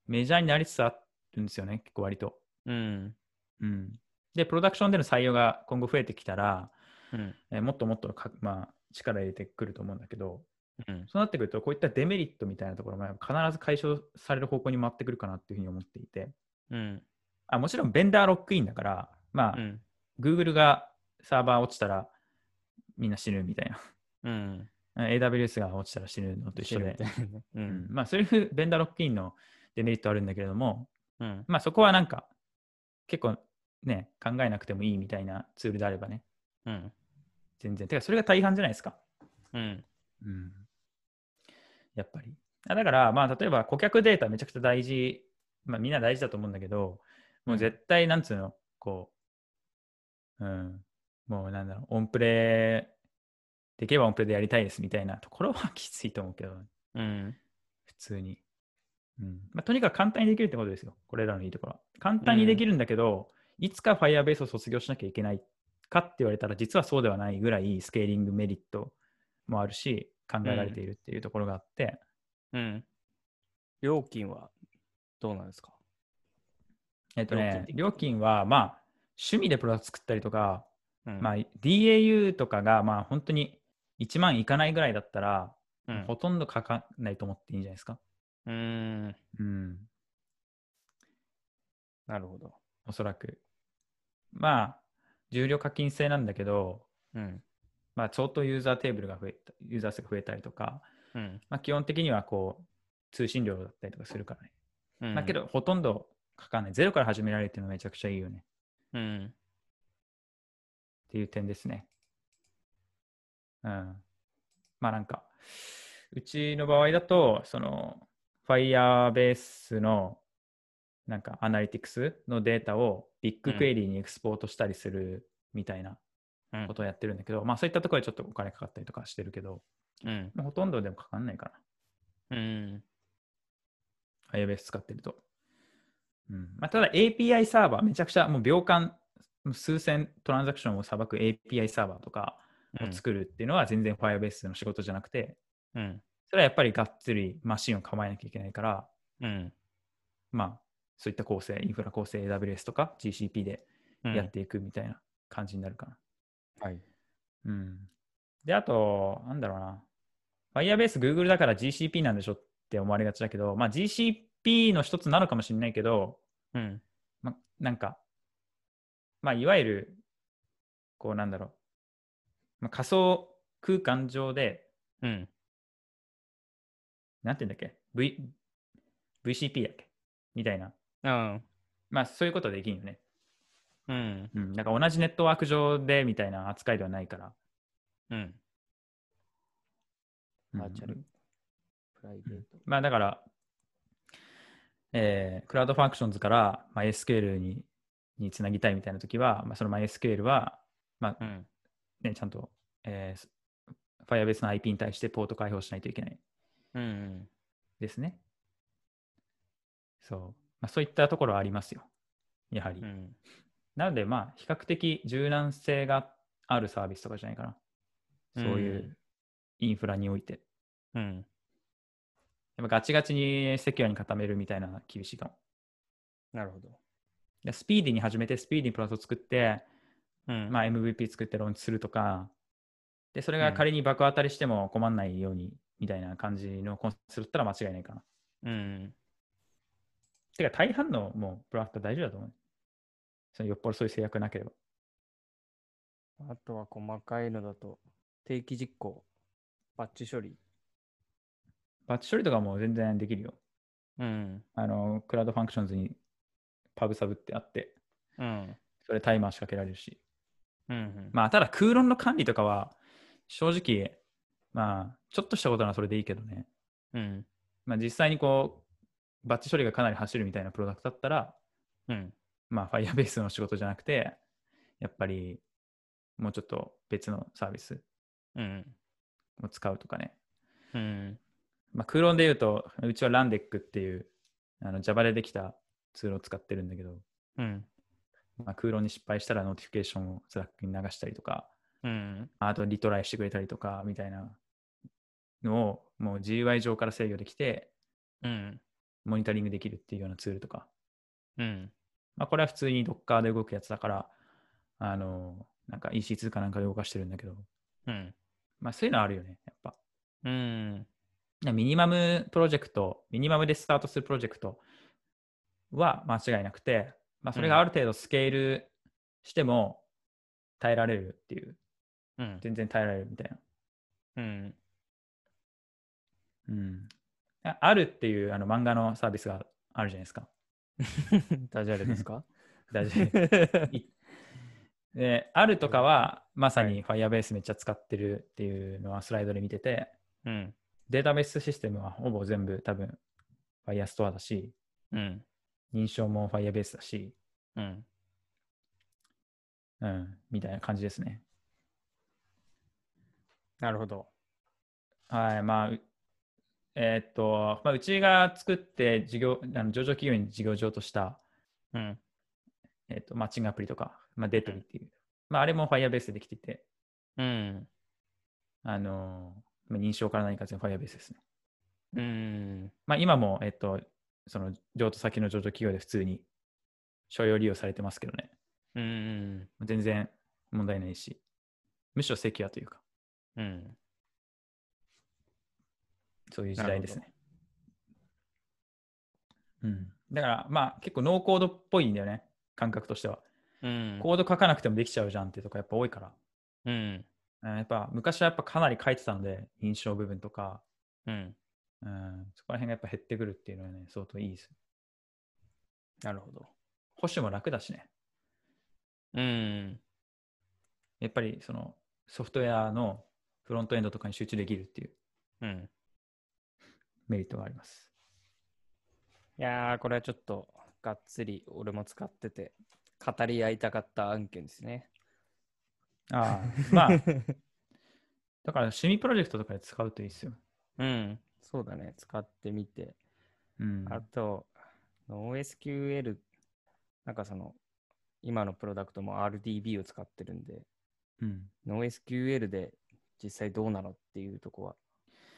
B: メジャーになりつつあるんですよね、結構割と。
A: うん。
B: うん。で、プロダクションでの採用が今後増えてきたら、
A: うん。
B: えーもっともっとか、まあ、力入れてくると思うんだけど、
A: うん。
B: そうなってくると、こういったデメリットみたいなところも必ず解消される方向に回ってくるかなっていうふうに思っていて、
A: うん。
B: あもちろんベンダーロックインだから、まあ、
A: うん。
B: Google がサーバー落ちたらみんな死ぬみたいな、
A: うん。
B: AWS が落ちたら死ぬのと一緒
A: み
B: で
A: た、いなね。う
B: うん
A: ん。
B: まあ、そういうベンダーロックインのデメリットあるんだけれども、
A: うん。
B: まあ、そこはなんか、結構ね、考えなくてもいいみたいなツールであればね、
A: うん。
B: 全然。てか、それが大半じゃないですか。
A: うん。
B: うんやっぱり。あだから、まあ、例えば顧客データめちゃくちゃ大事、まあ、みんな大事だと思うんだけど、もう絶対、なんつうの、こう、うん、もうなんだろう、オンプレできればオンプレでやりたいですみたいなところはきついと思うけど、
A: うん。
B: 普通に。うんまあ、とにかく簡単にできるってことですよ、これらのいいところは。簡単にできるんだけど、いつか Firebase を卒業しなきゃいけないかって言われたら、実はそうではないぐらいスケーリングメリットもあるし、考えられているっていうところがあって、
A: うん。料金はどうなんですか
B: えっと
A: 料金
B: ね
A: 的、に
B: 料金は、まあ、趣味でプロダクト作ったりとか、
A: うん
B: まあ、DAU とかが、まあ、本当に1万いかないぐらいだったら、
A: うん
B: ほとんどかかんないと思っていいんじゃないですか。
A: うーん。
B: うん、
A: なるほど。
B: おそらく。まあ、重量課金制なんだけど、
A: うん。
B: まあ、相当ユーザーテーブルが増えた、ユーザー数が増えたりとか、
A: うん。
B: まあ、基本的にはこう、通信料だったりとかするからね。
A: うん
B: だけ、ど、ほとんどかかんない。ゼロから始められるっていうのはめちゃくちゃいいよね。
A: うん。
B: っていう点ですね。うん。まあなんか、うちの場合だと、その、Firebase の、なんか、アナリティクスのデータをビッグクエリーにエクスポートしたりするみたいな
A: うん
B: ことをやってるんだけど、まあそういったところでちょっとお金かかったりとかしてるけど、
A: うん。
B: まあほとんどでもかかんないか
A: うん。
B: な。Firebase 使ってると。うんまあ、ただ API サーバー、めちゃくちゃもう秒間、数千トランザクションを裁く API サーバーとか、
A: うん
B: を作るっていうのは全然 Firebase の仕事じゃなくて、
A: うん。
B: それはやっぱりがっつりマシンを構えなきゃいけないから、
A: うん。
B: まあ、そういった構成、インフラ構成、AWS とか GCP で
A: うん
B: やっていくみたいな感じになるかな。
A: はい。
B: うん。で、あと、なんだろうな。Firebase、Google だから GCP なんでしょって思われがちだけど、まあ、GCP の一つなのかもしれないけど、
A: うん。
B: ま、なんか、まあ、いわゆる、こう、なんだろう。まあ、仮想空間上で、
A: うん。
B: なんて言うんだっけ、v、?VCP だっけみたいな。
A: うん。
B: まあ、そういうことできんよね。
A: うん。
B: うん。なんか同じネットワーク上でみたいな扱いではないから。
A: うん。バーチャル
B: うん
A: プライベート。
B: まあだから、えークラウドファンクションズから、まあ、SQL ににつなぎたいみたいな時は、まあ、その MySQL は、ま
A: う
B: あ
A: ん。
B: ね、ちゃんと、えー、Firebase の IP に対してポート開放しないといけない
A: うん。
B: ですね。そう。まあ、そういったところはありますよ。やはり。
A: うん。
B: なので、まあ、比較的柔軟性があるサービスとかじゃないかな。そういううインフラにおいて。
A: うん。
B: やっぱガチガチにセキュアに固めるみたいなのは厳しいかも。
A: なるほど。
B: でスピーディーに始めて、スピーディーにプロダクト作って、
A: うん。
B: まあ、MVP 作ってローンチするとか、で、それが仮に爆当たりしても困んないようにみたいな感じのコンセプトだったら間違いないかな。
A: うん。
B: てか、大半のもうプロダクト大丈夫だと思う。そのよっぽどそういう制約なければ。
A: あとは細かいのだと、定期実行、バッチ処理。
B: バッチ処理とかも全然できるよ。
A: うん。
B: あの、クラウドファンクションズにパブサブってあって、
A: うん。
B: それタイマー仕掛けられるし。
A: うん。
B: まあ、ただ空論の管理とかは、正直、まあ、ちょっとしたことならそれでいいけどね。
A: うん。
B: まあ、実際にこう、バッチ処理がかなり走るみたいなプロダクトだったら、
A: うん。
B: まあ、Firebase の仕事じゃなくて、やっぱり、もうちょっと別のサービス
A: うん。
B: を使うとかね。
A: うん。
B: まあ、空論で言うと、うちは Landeck っていうあの Java でできたツールを使ってるんだけど、
A: うん。
B: まあ、空論に失敗したらノーティフィケーションをスラックに流したりとか、
A: うん。
B: あとリトライしてくれたりとかみたいなのをもう GUI 上から制御できて、
A: うん。
B: モニタリングできるっていうようなツールとか、
A: うん。
B: まあ、これは普通に Docker で動くやつだから、あの、なんか EC2 かなんかで動かしてるんだけど、
A: うん。
B: まあそういうのあるよね、やっぱ。
A: うん。
B: なミニマムプロジェクト、ミニマムでスタートするプロジェクトは間違いなくて、まあそれがある程度スケールしても耐えられるっていう、
A: うん。
B: 全然耐えられるみたいな。
A: うん。
B: うん。ああるっていうあの漫画のサービスがあるじゃないですか。
A: ダジャレですか
B: 大事で、あるとかは、まさに Firebase めっちゃ使ってるっていうのはスライドで見てて、
A: うん。
B: データベースシステムはほぼ全部多分 Firestore だし、
A: うん。
B: 認証も Firebase だし、
A: うん。
B: うん、みたいな感じですね。
A: なるほど。
B: はい、まあ、うえーっと、まあ、うちが作って事業、あの上場企業に事業上とした、
A: うん。
B: えーっと、マッチングアプリとか、まあ、デートリっていう、まあ、あれも Firebase でできてて、
A: うん。
B: あのーまあ認証から何か全部 Firebase ですね。
A: うん。
B: まあ、今も、えっと、その譲渡先の上場企業で普通に商用利用されてますけどね。
A: うん。
B: 全然問題ないし、むしろセキュアというか、
A: うん。
B: そういう時代ですね。うん、だから、まあ結構ノーコードっぽいんだよね、感覚としては。
A: うん。
B: コード書かなくてもできちゃうじゃんっていうとこやっぱ多いから。
A: うん。
B: うんやっぱ昔はやっぱかなり書いてたので、印象部分とか、
A: うん。
B: うん、そこら辺がやっぱ減ってくるっていうのはね、相当いいです。
A: なるほど。
B: 保守も楽だしね。
A: うん。
B: やっぱりそのソフトウェアのフロントエンドとかに集中できるっていう
A: うん。
B: メリットがあります。
A: いやー、これはちょっと、がっつり俺も使ってて、語り合いたかった案件ですね。
B: ああ、まあ、だから趣味プロジェクトとかで使うといいですよ。
A: うん。そうだね。使ってみて。
B: うん。
A: あと、NoSQL、なんかその、今のプロダクトも RDB を使ってるんで、
B: うん、
A: NoSQL で実際どうなのっていうとこは、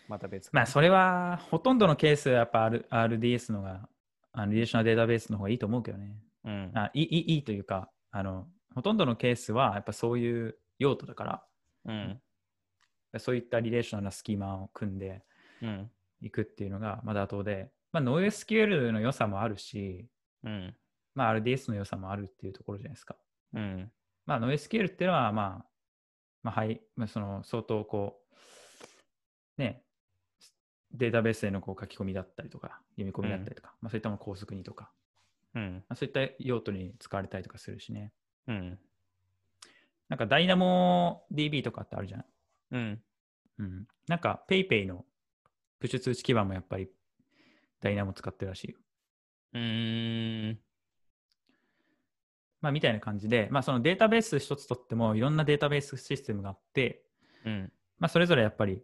A: また別
B: まあ、それはほとんどのケースはやっぱ R- RDS のが、あのリレーショナルデータベースの方がいいと思うけどね。
A: うん。
B: あいいいいいというかあの、ほとんどのケースはやっぱそういう用途だから、
A: うん。
B: そういったリレーショナルなスキーマを組んで
A: うん。
B: いくっていうのが、まだ妥当で、まあ、NoSQL の良さもあるし、
A: うん。
B: まあ、RDS の良さもあるっていうところじゃないですか。
A: うん。
B: まあ、NoSQL っていうのは、まあ、まあ、はい、まあ、その相当こう、ね、データベースへのこう書き込みだったりとか、読み込みだったりとか、まあ、そういったものを高速にとか、
A: うん。
B: まあ、そういった用途に使われたりとかするしね。
A: うん。
B: なんか DynamoDB とかってあるじゃない、
A: うん。
B: うん、なんか PayPay のプッシュ通知基盤もやっぱり Dynamo 使ってるらしいよ。
A: うん。
B: まあみたいな感じで、まあそのデータベース一つとってもいろんなデータベースシステムがあって、
A: うん。
B: まあ、それぞれやっぱり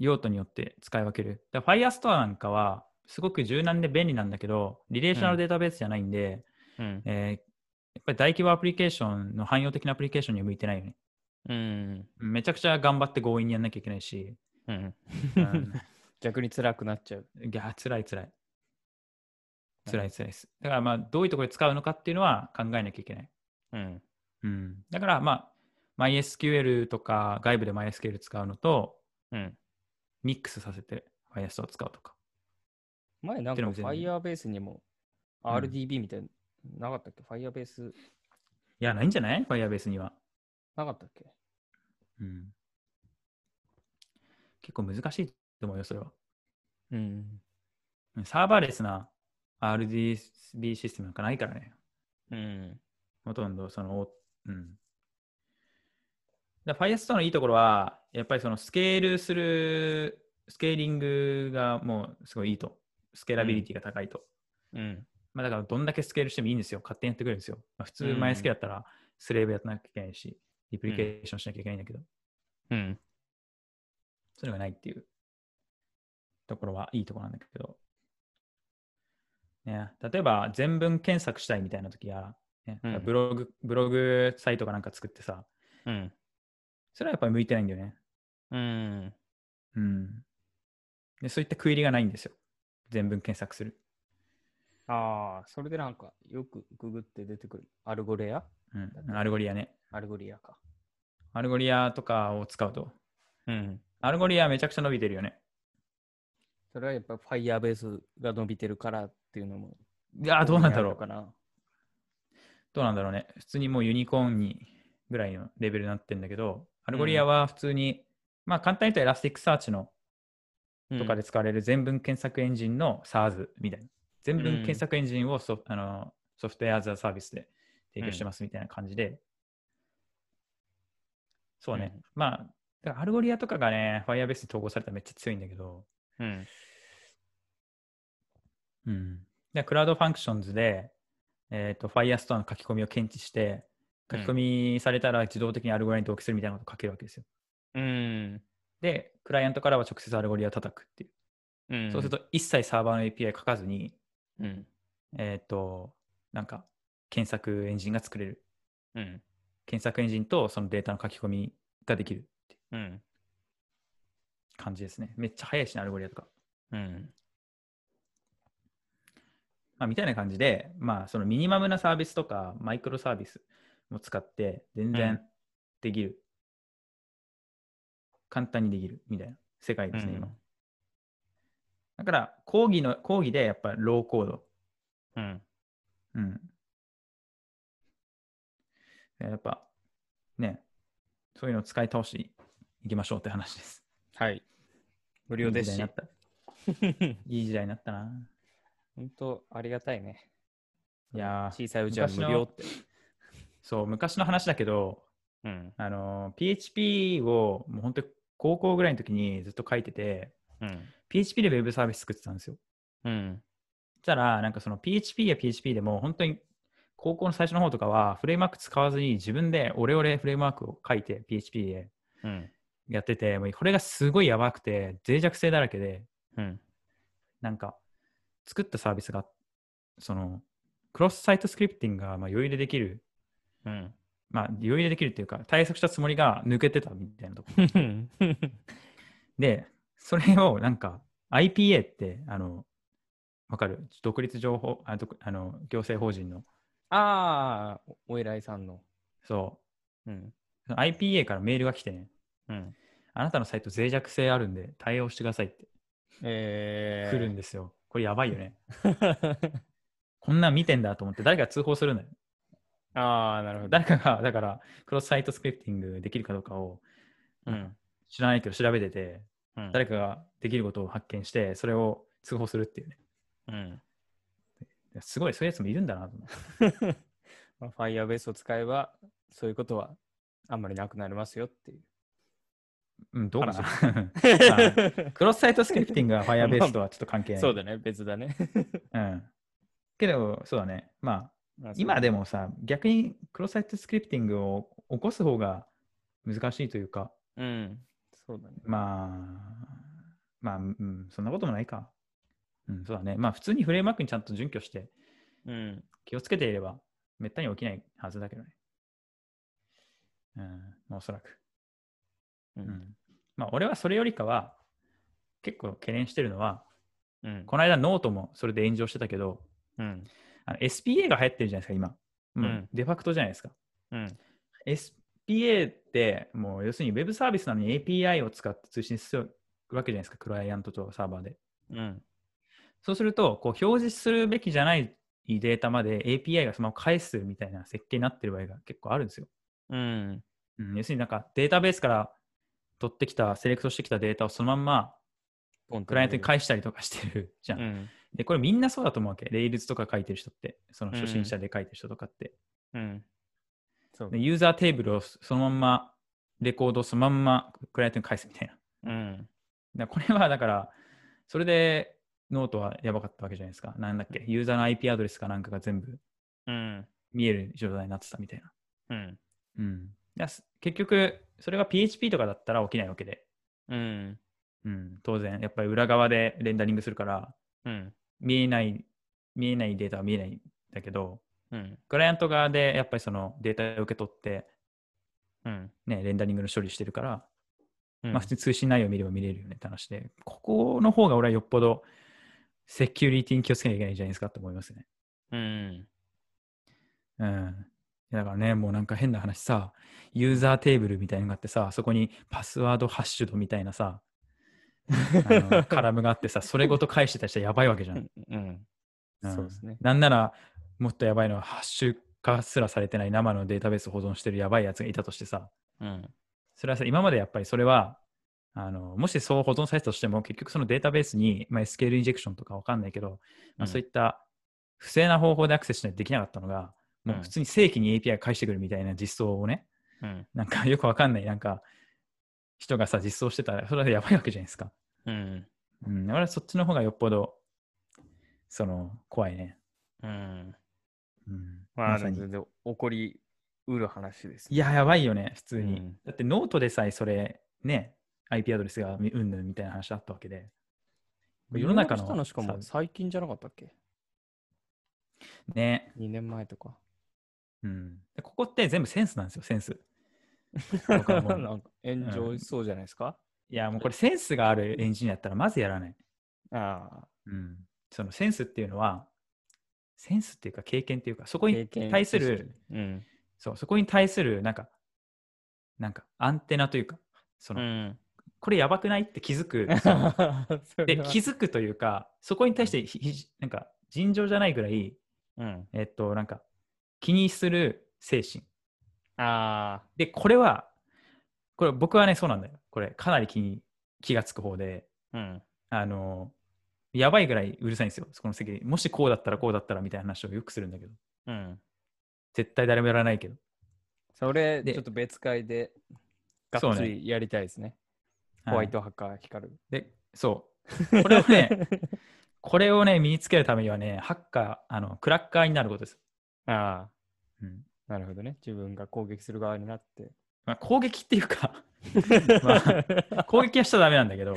B: 用途によって使い分ける。だから Firestore なんかはすごく柔軟で便利なんだけど、リレーショナルデータベースじゃないんで、
A: うん。
B: えーやっぱり大規模アプリケーションの汎用的なアプリケーションには向いてないよね。
A: うん。
B: うんめちゃくちゃ頑張って強引にやんなきゃいけないし、
A: うん。
B: うん、
A: 逆に辛くなっちゃう。
B: いや、辛い辛い。辛い辛いです。だからまあ、どういうところで使うのかっていうのは考えなきゃいけない。
A: うん。
B: うん。だからまあ、MySQL とか、外部で MySQL 使うのと、
A: うん。
B: ミックスさせて Firestore を使うとか。
A: 前なんか
B: でも全然
A: Firebase にも RDB みたいな、なかったっけ ?Firebase
B: いや、ないんじゃない ?Firebase には。
A: なかったっけ
B: うん。結構難しいと思うよ、それは。
A: うん。
B: うんサーバーレスな RDB システムなんかないからね。
A: うん。
B: ほとんどその、おうん。だファイアストのいいところは、やっぱりそのスケールする、スケーリングがもうすごいいいと。スケーラビリティが高いと。
A: うん。
B: まあだからどんだけスケールしてもいいんですよ。勝手にやってくれるんですよ。まあ、普通
A: うん
B: 前スケだったらスレーブやらなきゃいけないし、リプリケーションしなきゃいけないんだけど、
A: うん。
B: それがないっていうところはいいところなんだけど。ね、例えば全文検索したいみたいな時や、ね
A: うん
B: ブログ、ブログサイトかなんか作ってさ、
A: うん。
B: それはやっぱり向いてないんだよね。
A: うん。
B: うん。で、そういった区入りがないんですよ。全文検索する。
A: ああ、それでなんかよくググって出てくる。アルゴレア
B: うん。アルゴリアね。
A: アルゴリアか。
B: アルゴリアとかを使うと。
A: うん。
B: アルゴリアめちゃくちゃ伸びてるよね。
A: それはやっぱ Firebase が伸びてるからっていうのも。
B: いやー、どうなんだろう
A: か。な。
B: どうなんだろうね。普通にもうユニコーンにぐらいのレベルになってんだけど、アルゴリアは普通に、まあ簡単に言うとエラスティックサーチのとかで使われる全文検索エンジンの SARS みたいな。全文検索エンジンをソ,、あのソフトウェアアザーサービスで提供してますみたいな感じで。そうね。
A: うん
B: まあ、だからアルゴリアとかがね、Firebase に統合されたらめっちゃ強いんだけど、
A: うん。
B: うん。で、クラウドファンクションズで、えっ、と、Firestore の書き込みを検知して、書き込みされたら自動的にアルゴリアに同期するみたいなことを書けるわけですよ。
A: うん。
B: で、クライアントからは直接アルゴリアを叩くっていう。
A: うん。
B: そうすると、一切サーバーの API 書かずに、
A: うん。
B: えっ、と、なんか、検索エンジンが作れる。
A: うん。
B: 検索エンジンとそのデータの書き込みができる
A: うん。
B: 感じですね。めっちゃ早いしね、アルゴリアとか。
A: うん。
B: まあ、みたいな感じで、まあ、そのミニマムなサービスとか、マイクロサービスも使って、全
A: う
B: 然
A: ん
B: できる、簡単にできるみたいな世界ですね、
A: うん
B: 今。だから、講義の、講義でやっぱりローコード。
A: うん。
B: うん。やっぱ、ね、そういうのを使い倒していきましょうって話です。
A: はい。無料ですし
B: いい時代になっ。た。いい時代になったな。
A: 本当ありがたいね。
B: いやー
A: 小さいうちは無料って。
B: そう、昔の話だけど、
A: うん。
B: あの、PHP をもう本当に高校ぐらいの時にずっと書いてて、
A: うん。
B: PHP でウェブサービス作ってたんですよ。
A: うん。
B: そしたら、なんかその PHP や PHP でも本当に高校の最初の方とかはフレームワーク使わずに自分でオレオレフレームワークを書いて PHP で
A: うん。
B: やってて、もうこれがすごいやばくて脆弱性だらけで、
A: うん。
B: なんか作ったサービスが、そのクロスサイトスクリプティングがまあ余裕でできる、
A: うん。
B: まあ余裕でできるっていうか対策したつもりが抜けてたみたいなとこ で、それをなんか IPA って、あの、わかる独立情報あどあの、行政法人の、
A: ああ、おお偉いさんの。
B: そ
A: うん。
B: う、その IPA からメールが来てね、
A: うん。
B: あなたのサイト脆弱性あるんで対応してくださいって
A: えー。
B: 来るんですよ。これやばいよね。こんなん見てんだと思って誰か通報するのよ。
A: ああ、なるほど。
B: 誰かが、だから、クロスサイトスクリプティングできるかどうかを
A: うん。
B: 知らないけど調べてて、
A: うん
B: 誰かができることを発見して、それを通報するっていうね。
A: うん。
B: すごい、そういうやつもいるんだなと思って。
A: まあ、Firebase を使えば、そういうことはあんまりなくなりますよっていう。
B: うん、どうか
A: あ
B: な。クロスサイトスクリプティングは Firebase とはちょっと関係ない。
A: そうだね、別だね。
B: うん。けど、そうだね。まあ、
A: まあ
B: 今
A: そう
B: でもさ、逆にクロスサイトスクリプティングを起こす方が難しいというか、
A: うん。そうだね。
B: まあ、まあ、うん、そんなこともないか。うん、そうだね。まあ、普通にフレームワークにちゃんと準拠して、
A: うん。
B: 気をつけていれば、めったに起きないはずだけどね。うん、まあおそらく。
A: う。
B: うんん。まあ、俺はそれよりかは、結構懸念してるのは、
A: うん。
B: この間ノートもそれで炎上してたけど、
A: うん。
B: あの SPA が流行ってるじゃないですか、今。もう
A: うん
B: デファクトじゃないですか。
A: うん。
B: SPA って、もう要するに Web サービスなのに API を使って通信するわけじゃないですか、クライアントとサーバーで。
A: うん。
B: そうすると、こう表示するべきじゃないデータまで API がそのまま返すみたいな設計になってる場合が結構あるんですよ。
A: うん。
B: うん、要するになんかデータベースから取ってきた、セレクトしてきたデータをそのまんま
A: ポンと
B: クライアントに返したりとかしてるじゃん。
A: うん。
B: で、これみんなそうだと思うわけ。Rails とか書いてる人って、その初心者で書いてる人とかって。
A: うん。そう
B: で。ユーザーテーブルをそのまんま、レコードをそのまんまクライアントに返すみたいな。
A: うん。
B: だからこれはだから、それでノートはやばかったわけじゃないですか。なんだっけ、ユーザーの IP アドレスかなんかが全部
A: うん。
B: 見える状態になってたみたいな。
A: うん。
B: うん。だから結局、それが PHP とかだったら起きないわけで。
A: うん。
B: うん、当然、やっぱり裏側でレンダリングするから、
A: うん。
B: 見えない、見えないデータは見えないんだけど、
A: うん。
B: クライアント側でやっぱりそのデータを受け取って、
A: うん。
B: ね、レンダリングの処理してるから、
A: うん
B: まあ、普通に通信内容を見れば見れるよねって話で、ここの方が俺はよっぽどセキュリティに気をつけなきゃいけないんじゃないですかと思いますね。
A: うん。
B: うん。だからね、もうなんか変な話さ、ユーザーテーブルみたいなのがあってさ、そこにパスワードハッシュドみたいなさ、あのカラムがあってさ、それごと返してた人はやばいわけじゃん。
A: うん。
B: ん
A: そうですね。
B: なんなら、もっとやばいのは、ハッシュ化すらされてない生のデータベース保存してるやばいやつがいたとしてさ、
A: うん。
B: それはさ、今までやっぱりそれは、あのもしそう保存されたとしても、結局そのデータベースに、まあ、SQL インジェクションとかわかんないけど、まあ、そういった不正な方法でアクセスしないとできなかったのが、もう普通に正規に API 返してくるみたいな実装をね、
A: うん。
B: なんかよくわかんない、なんか人がさ、実装してたら、それはやばいわけじゃないですか。
A: うん。
B: うん、だからそっちの方がよっぽど、その、怖いね。
A: うん。
B: うん、
A: まあ、
B: まさに
A: 全然起こりうる話ですね。
B: いや、やばいよね、普通に。
A: うん
B: だってノートでさえそれ、ね、IP アドレスがうんぬんみたいな話だったわけで。世の中の
A: 見直したしかも
B: さ
A: 最近じゃなかったっけ
B: ね。
A: ?2 年前とか。
B: うん、でここって全部センスなんですよ、セン ス。
A: な
B: 僕は
A: ん
B: もう
A: か炎上しそうじゃないですか、
B: いや、もうこれセンスがあるエンジニアだったらまずやらない。
A: あ
B: うん、そのセンスっていうのは、センスっていうか経験っていうか、そ
A: あ。
B: こに
A: 経験
B: 対する
A: 知識うん。
B: そう、そこに対する、なんか、なんかアンテナというか、そうの、
A: ん。。
B: これやばくないって気づく その
A: それ
B: で
A: は
B: 気づくというか、そこに対してひひなんか尋常じゃないぐらい、
A: うん。
B: えっと、なんか気にする精神。
A: ああ。
B: で、これは、これ僕はね、そうなんだよ。これ、かなり気に気がつく方で、
A: うん。
B: あの、やばいぐらいうるさいんですよ、この席。もしこうだったらこうだったらみたいな話をよくするんだけど、
A: うん。
B: 絶対誰もやらないけど。
A: それ、
B: で
A: ちょっと別会で、が
B: そう
A: っつ
B: ね
A: りやりたいですね。
B: はい
A: ホワイトハッカー光 る。
B: で、そう。これを ね、これをね、身につけるためにはね、ハッカー、あの、クラッカーになることです。
A: ああ。
B: うん
A: なるほどね。自分が攻撃する側になって。
B: まあ、攻撃ってい うか、ま攻撃はしちゃダメなんだけど、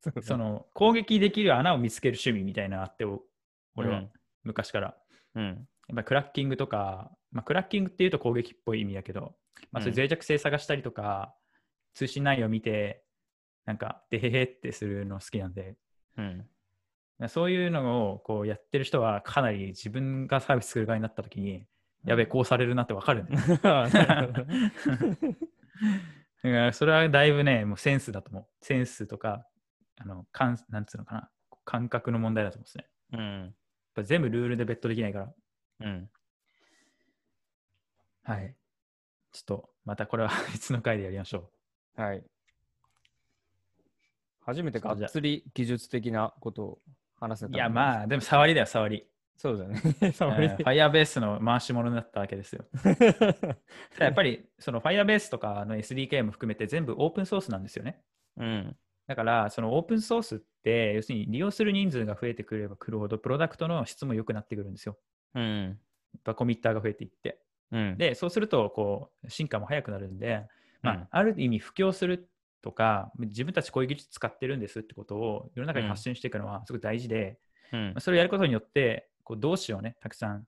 A: そう
B: その攻撃できる穴を見つける趣味みたいなのあってお俺
A: う
B: は
A: ん
B: 昔から、
A: うん。
B: やっぱりクラッキングとか、まあ、クラッキングっていうと攻撃っぽい意味だけど、まあ、そううんいう脆弱性探したりとか、通信内容見てなんかでへへってするの好きなんで
A: うん。
B: そういうのをこうやってる人はかなり自分がサービス作る側になった時にやべえ、こうされるなってわかるね。
A: あなるほどね
B: だからそれはだいぶね、もうセンスだと思う。センスとか、あの、感なんつうのかな、感覚の問題だと思うんですね。
A: うん。
B: やっぱ全部ルールでベットできないから。
A: うん。
B: はい。ちょっと、またこれは 別の回でやりましょ
A: はい。初めてがっつり技術的なことを話せ
B: う。
A: た。
B: いや、まあ、でも触りだよ、触り。
A: そうだ ね。
B: フ
A: 触りで
B: ァイアベースの回し物になったわけですよ。ただやっぱり、 その Firebase とかの SDK も含めて全部オープンソースなんですよね。
A: うん。
B: だから、そのオープンソースって、要するに利用する人数が増えてくればくるほど、プロダクトの質も良くなってくるんですよ。
A: うん。
B: やっぱコミッターが増えていって。
A: うん。
B: で、そうすると、こう、進化も早くなるんで、まあ、
A: うん
B: ある意味、布教するとか、自分たちこういう技術使ってるんですってことを世の中に発信していくのはすごい大事で、
A: うん
B: まあそれをやることによって、こう、同志をね、たくさん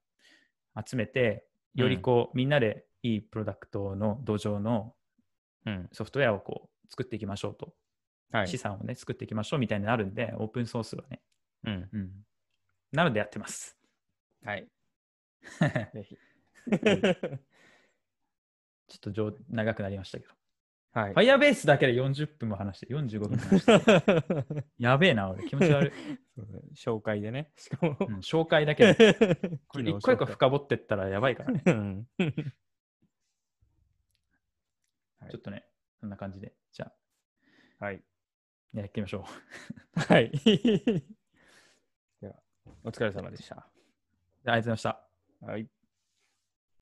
B: 集めて、よりこう、みんなでいいプロダクトの土壌の
A: うん。
B: ソフトウェアをこう、作っていきましょうと。
A: はい
B: 資。産をね、作っていきましょうみたいになるんで、オープンソースはね。
A: うん。
B: うん、なのでやってます。
A: はい。ぜ ひ。
B: ちょっと上長くなりましたけど。
A: はい。
B: Firebase だけで40分も話して、45分も話して。やべえな、俺。気持ち 悪い。
A: そうだね紹介でね。しかも。
B: うん紹介だけで。これ
A: 機能
B: 一個一個
A: 紹介
B: 深掘ってったらやばいからね。
A: うんはい
B: ちょっとね、そんな感じで。じゃあ、
A: はい。
B: やってみましょう。
A: はい。では、お疲れ様でした。
B: じゃあありがとうございました。
A: はい。